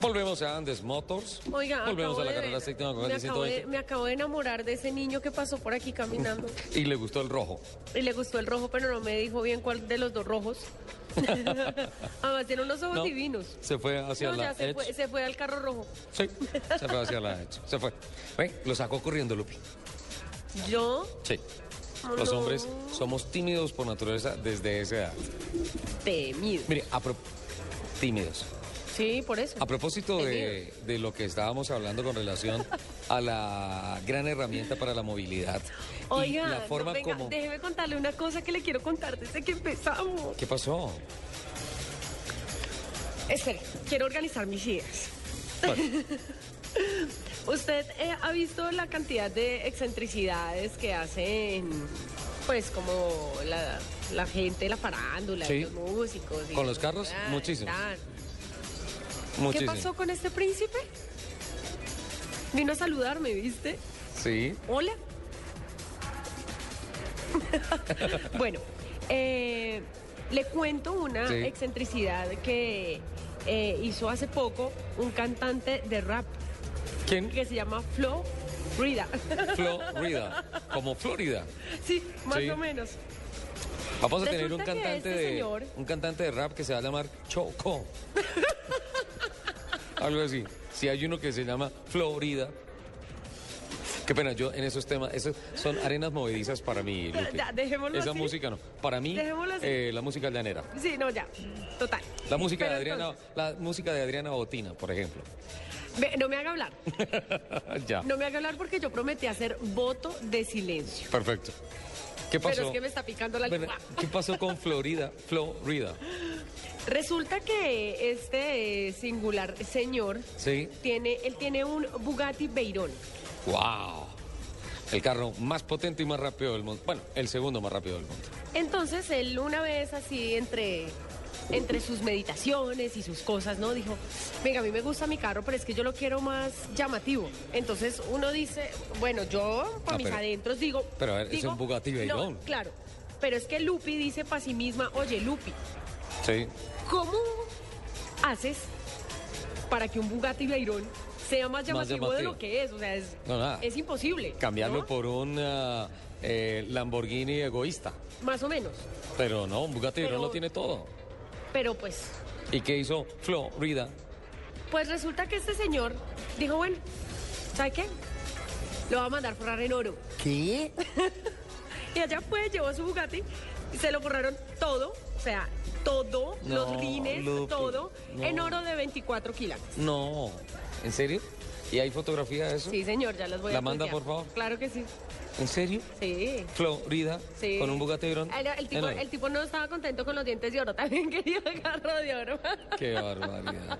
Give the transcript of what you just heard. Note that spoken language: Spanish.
Volvemos a Andes Motors. Oiga, Volvemos acabo a la de carrera ver- séptima con me el acabo, de, 120. me acabo de enamorar de ese niño que pasó por aquí caminando Y le gustó el rojo. y le gustó el rojo, pero no me dijo bien cuál de los dos rojos. Además, tiene unos ojos No, divinos. Se fue hacia No, la ya se Edge. fue, se fue al carro rojo. Sí, se fue hacia la Edge. Se fue. Ven, lo sacó corriendo, Lupi. Yo, Sí. Oh, Los no. hombres somos tímidos por naturaleza desde esa edad. temido. Mire, a pro- tímidos. Sí, por eso. A propósito Temido. de, de lo que estábamos hablando con relación a la gran herramienta para la movilidad Oiga, y la forma no, venga, como... déjeme contarle una cosa que le quiero contar desde que empezamos. ¿Qué pasó? Espere, quiero organizar mis ideas. Bueno, ¿Usted eh, ha visto la cantidad de excentricidades que hacen, pues, como la, la gente, la farándula, Sí. y los músicos? y Con los carros, Ah, muchísimos. tal. ¿Qué muchísimo. pasó con este príncipe? Vino a saludarme, ¿viste? Sí. Hola. bueno, eh, le cuento una Sí. excentricidad que eh, hizo hace poco un cantante de rap ¿Quién? que se llama Flo Rida. Florida. Como Florida. sí, más Sí. o menos. Vamos a tener un Resulta que cantante este de señor- un cantante de rap que se va a llamar Choco. Algo así. Si hay uno que se llama Florida. Qué pena, yo en esos temas, esos son arenas movedizas para mí. Ya, Lupe. ya, dejémoslo Esa así. música no. Para mí, Dejémoslo así. eh, la música llanera. Sí, no, ya. Total. La música Pero de Adriana, entonces, la música de Adriana Botina, por ejemplo. ve, no me haga hablar. ya. No me haga hablar porque yo prometí hacer voto de silencio. Perfecto. ¿Qué pasó? Pero es que me está picando la Bueno, lengua. ¿Qué pasó con Florida? Florida. Resulta que este eh, singular señor Sí. tiene, él tiene un Bugatti Veyron. ¡Wow! El carro más potente y más rápido del mundo. Bueno, el segundo más rápido del mundo. Entonces él una vez así entre, entre sus meditaciones y sus cosas, ¿no? Dijo, venga, a mí me gusta mi carro, pero es que yo lo quiero más llamativo. Entonces uno dice, bueno, yo para Ah, mis pero- adentros digo... pero a ver, es digo, un Bugatti Veyron". No, claro, pero es que Lupi dice para sí misma, oye Lupi, Sí. ¿cómo haces para que un Bugatti Veyron sea más llamativo, Más de llamativo. lo que es? O sea, es, No, nada. es imposible. Cambiarlo ¿no? por un ah, eh, Lamborghini egoísta. Más o menos, Pero no, un Bugatti Pero- no lo tiene todo. pero pues... ¿Y qué hizo Florida? Pues resulta que este señor dijo, bueno, ¿sabe qué? Lo va a mandar forrar en oro. ¿Qué? Y allá fue, llevó su Bugatti, y se lo forraron todo, o sea, todo, No, los rines, Lupi, todo, no. en oro de 24 kilos. No. ¿En serio? ¿Y hay fotografía de eso? Sí, señor, ya las voy a ¿La manda, tuitear. por favor? Claro que sí, ¿En serio? sí. Florida Sí. Ah, con un Bugatti Veyron. El, el tipo, Enorme. el tipo no estaba contento con los dientes de oro, también quería el carro de oro. Qué barbaridad.